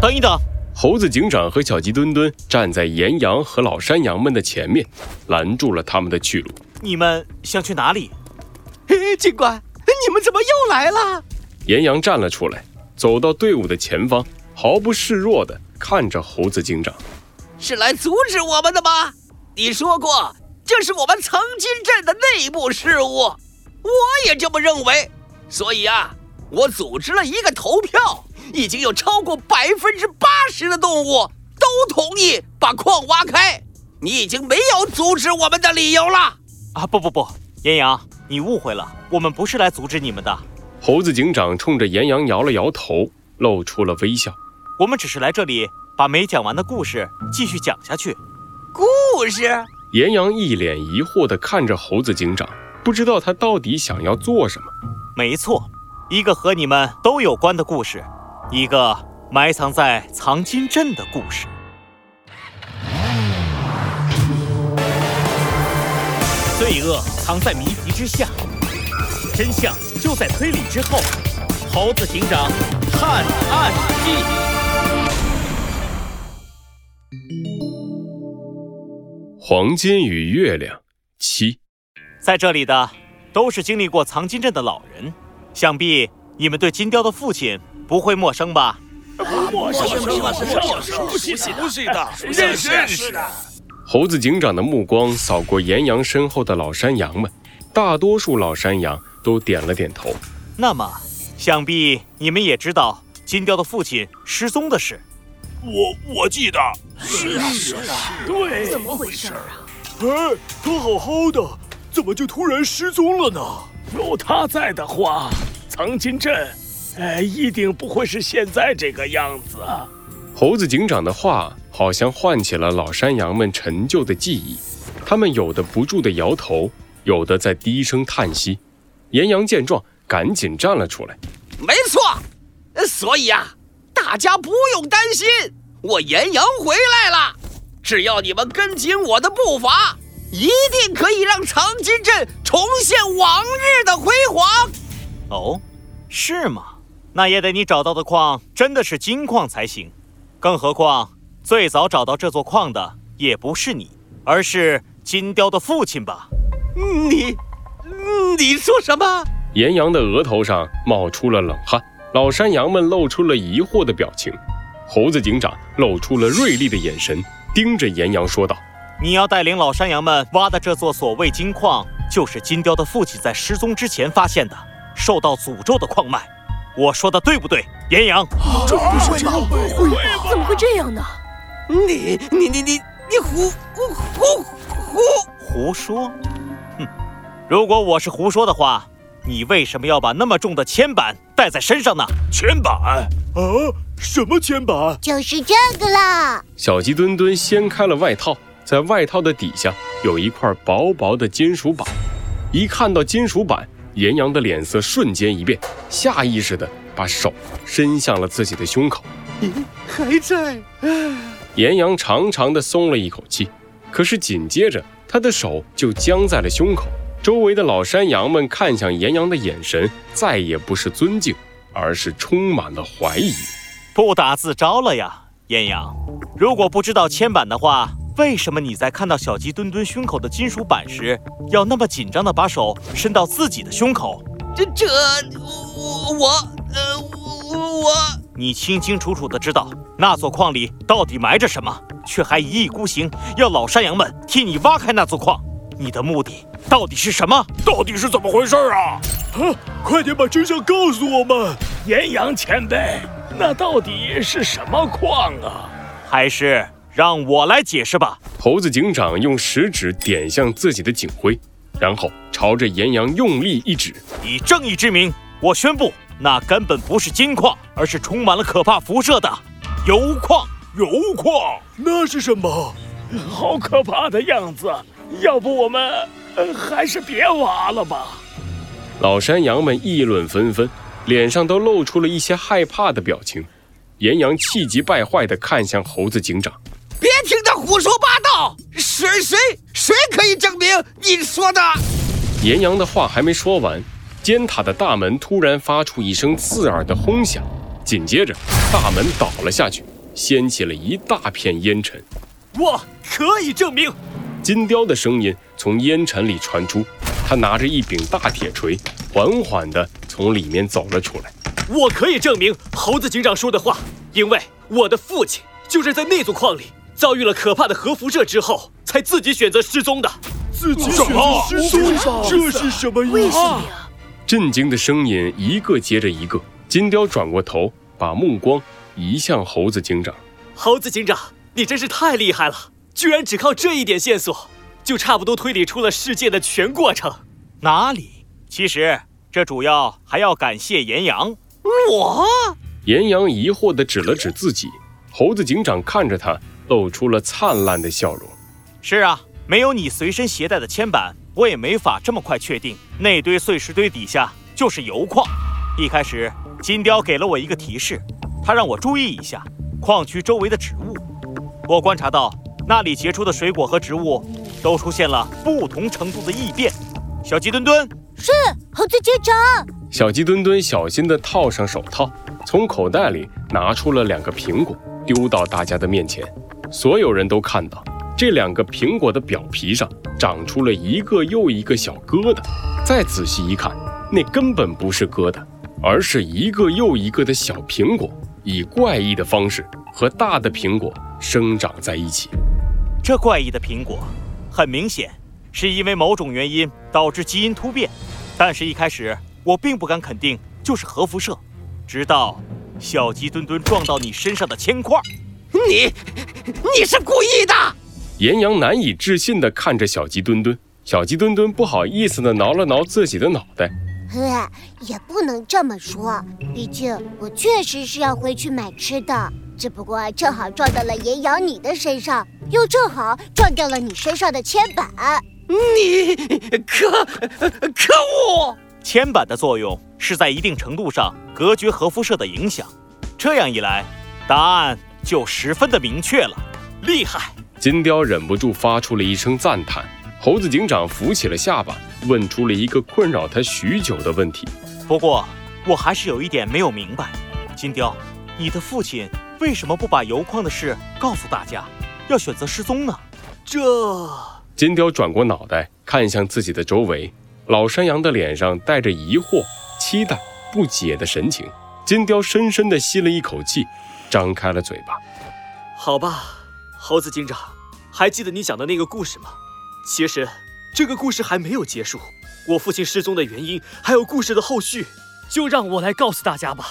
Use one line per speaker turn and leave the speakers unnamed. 等一等！
猴子警长和小鸡墩墩站在岩羊和老山羊们的前面，拦住了他们的去路。
你们想去哪里？
嘿，警官，你们怎么又来了？
岩羊站了出来，走到队伍的前方，毫不示弱地看着猴子警长。
是来阻止我们的吗？你说过这是我们曾经镇的内部事务，我也这么认为。所以啊，我组织了一个投票，已经有超过百分之八十的动物都同意把矿挖开。你已经没有阻止我们的理由了。
啊，不不不，岩羊，你误会了，我们不是来阻止你们的，
猴子警长冲着岩羊摇了摇头，露出了微笑。
我们只是来这里把没讲完的故事继续讲下去。
故事，
岩羊一脸疑惑地看着猴子警长，不知道他到底想要做什么。
没错，一个和你们都有关的故事，一个埋藏在藏金镇的故事。罪恶藏在谜题之下，真相就在推理之后。猴子警长探案记，
黄金与月亮七，
在这里的都是经历过藏金镇的老人，想必你们对金雕的父亲不会陌生吧？
陌生陌生陌生，熟悉熟悉的，认识认识的。
猴子警长的目光扫过岩羊身后的老山羊们，大多数老山羊都点了点头。
那么，想必你们也知道金雕的父亲失踪的事。
我我记得，是啊是啊，对，
怎么回事啊？
哎，他好好的，怎么就突然失踪了呢？
有他在的话，藏金镇，哎，一定不会是现在这个样子。
猴子警长的话好像唤起了老山羊们陈旧的记忆，他们有的不住地摇头，有的在低声叹息。岩羊见状，赶紧站了出来。
没错。所以啊，大家不用担心，我岩羊回来了。只要你们跟紧我的步伐，一定可以让藏金镇重现往日的辉煌。
哦，是吗？那也得你找到的矿真的是金矿才行。更何况，最早找到这座矿的也不是你，而是金雕的父亲吧？
你，你说什么？
岩羊的额头上冒出了冷汗，老山羊们露出了疑惑的表情，猴子警长露出了锐利的眼神，盯着岩羊说道
你要带领老山羊们挖的这座所谓金矿，就是金雕的父亲在失踪之前发现的，受到诅咒的矿脉。我说的对不对，岩羊？
这不是真会吗？
怎么会这样呢？
你你你你你胡胡胡胡！
胡说？哼！如果我是胡说的话，你为什么要把那么重的铅板带在身上呢？
全版
啊，什么铅板？
就是这个啦。：“
小鸡墩墩掀开了外套，在外套的底下有一块薄薄的金属板。一看到金属板，岩羊的脸色瞬间一变，下意识的把手伸向了自己的胸口。
还在？
岩羊长长的松了一口气，可是紧接着他的手就僵在了胸口。周围的老山羊们看向岩羊的眼神再也不是尊敬，而是充满了怀疑。
不打自招了呀，燕阳。如果不知道铅板的话，为什么你在看到小鸡墩墩胸口的金属板时，要那么紧张的把手伸到自己的胸口？
这这我我呃我我
你清清楚楚的知道那座矿里到底埋着什么，却还一意孤行，要老山羊们替你挖开那座矿。你的目的到底是什么？
到底是怎么回事啊？
快点把真相告诉我们！
岩羊前辈，那到底是什么矿啊？
还是让我来解释吧。
猴子警长用食指点向自己的警徽，然后朝着岩羊用力一指。
以正义之名，我宣布，那根本不是金矿，而是充满了可怕辐射的铀矿。
油矿，
那是什么？
好可怕的样子！要不我们、呃、还是别挖了吧？
老山羊们议论纷纷，脸上都露出了一些害怕的表情。岩羊气急败坏地看向猴子警长，
别听他胡说八道！谁谁谁可以证明你说的？
岩羊的话还没说完，尖塔的大门突然发出一声刺耳的轰响，紧接着大门倒了下去，掀起了一大片烟尘。
我可以证明，
金雕的声音从烟尘里传出，他拿着一柄大铁锤，缓缓地从里面走了出来。
我可以证明猴子警长说的话，因为我的父亲就是在那座矿里遭遇了可怕的核辐射之后，才自己选择失踪的。
自己选择失踪，这是什么意思？
震惊的声音一个接着一个。金雕转过头，把目光移向猴子警长。
猴子警长，你真是太厉害了，居然只靠这一点线索，就差不多推理出了事件的全过程。哪里？其实这主要还要感谢岩羊。
我
岩羊疑惑地指了指自己，猴子警长看着他，露出了灿烂的笑容。
是啊，没有你随身携带的铅板，我也没法这么快确定那堆碎石堆底下就是油矿。一开始，金雕给了我一个提示，他让我注意一下矿区周围的植物。我观察到那里结出的水果和植物都出现了不同程度的异变。小鸡墩墩，
猴子警长，
小鸡墩墩小心地套上手套，从口袋里拿出了两个苹果，丢到大家的面前。所有人都看到，这两个苹果的表皮上长出了一个又一个小疙瘩。再仔细一看，那根本不是疙瘩，而是一个又一个的小苹果，以怪异的方式和大的苹果生长在一起。
这怪异的苹果，很明显是因为某种原因导致基因突变，但是一开始我并不敢肯定就是核辐射，直到小鸡墩墩撞到你身上的铅块。
你你是故意的。
岩羊难以置信地看着小鸡墩墩，小鸡墩墩不好意思地挠了挠自己的脑袋。
呵，也不能这么说，毕竟我确实是要回去买吃的，只不过正好撞到了岩羊你的身上，又正好撞掉了你身上的铅板。
你可可恶！
铅板的作用是在一定程度上隔绝核辐射的影响，这样一来，答案就十分的明确了。厉害！
金雕忍不住发出了一声赞叹。猴子警长扶起了下巴，问出了一个困扰他许久的问题。
不过我还是有一点没有明白，金雕，你的父亲为什么不把油矿的事告诉大家，要选择失踪呢？
这
金雕转过脑袋，看向自己的周围，老山羊的脸上带着疑惑、期待、不解的神情。金雕深深地吸了一口气，张开了嘴巴。
好吧，猴子警长，还记得你讲的那个故事吗？其实这个故事还没有结束，我父亲失踪的原因还有故事的后续，就让我来告诉大家吧。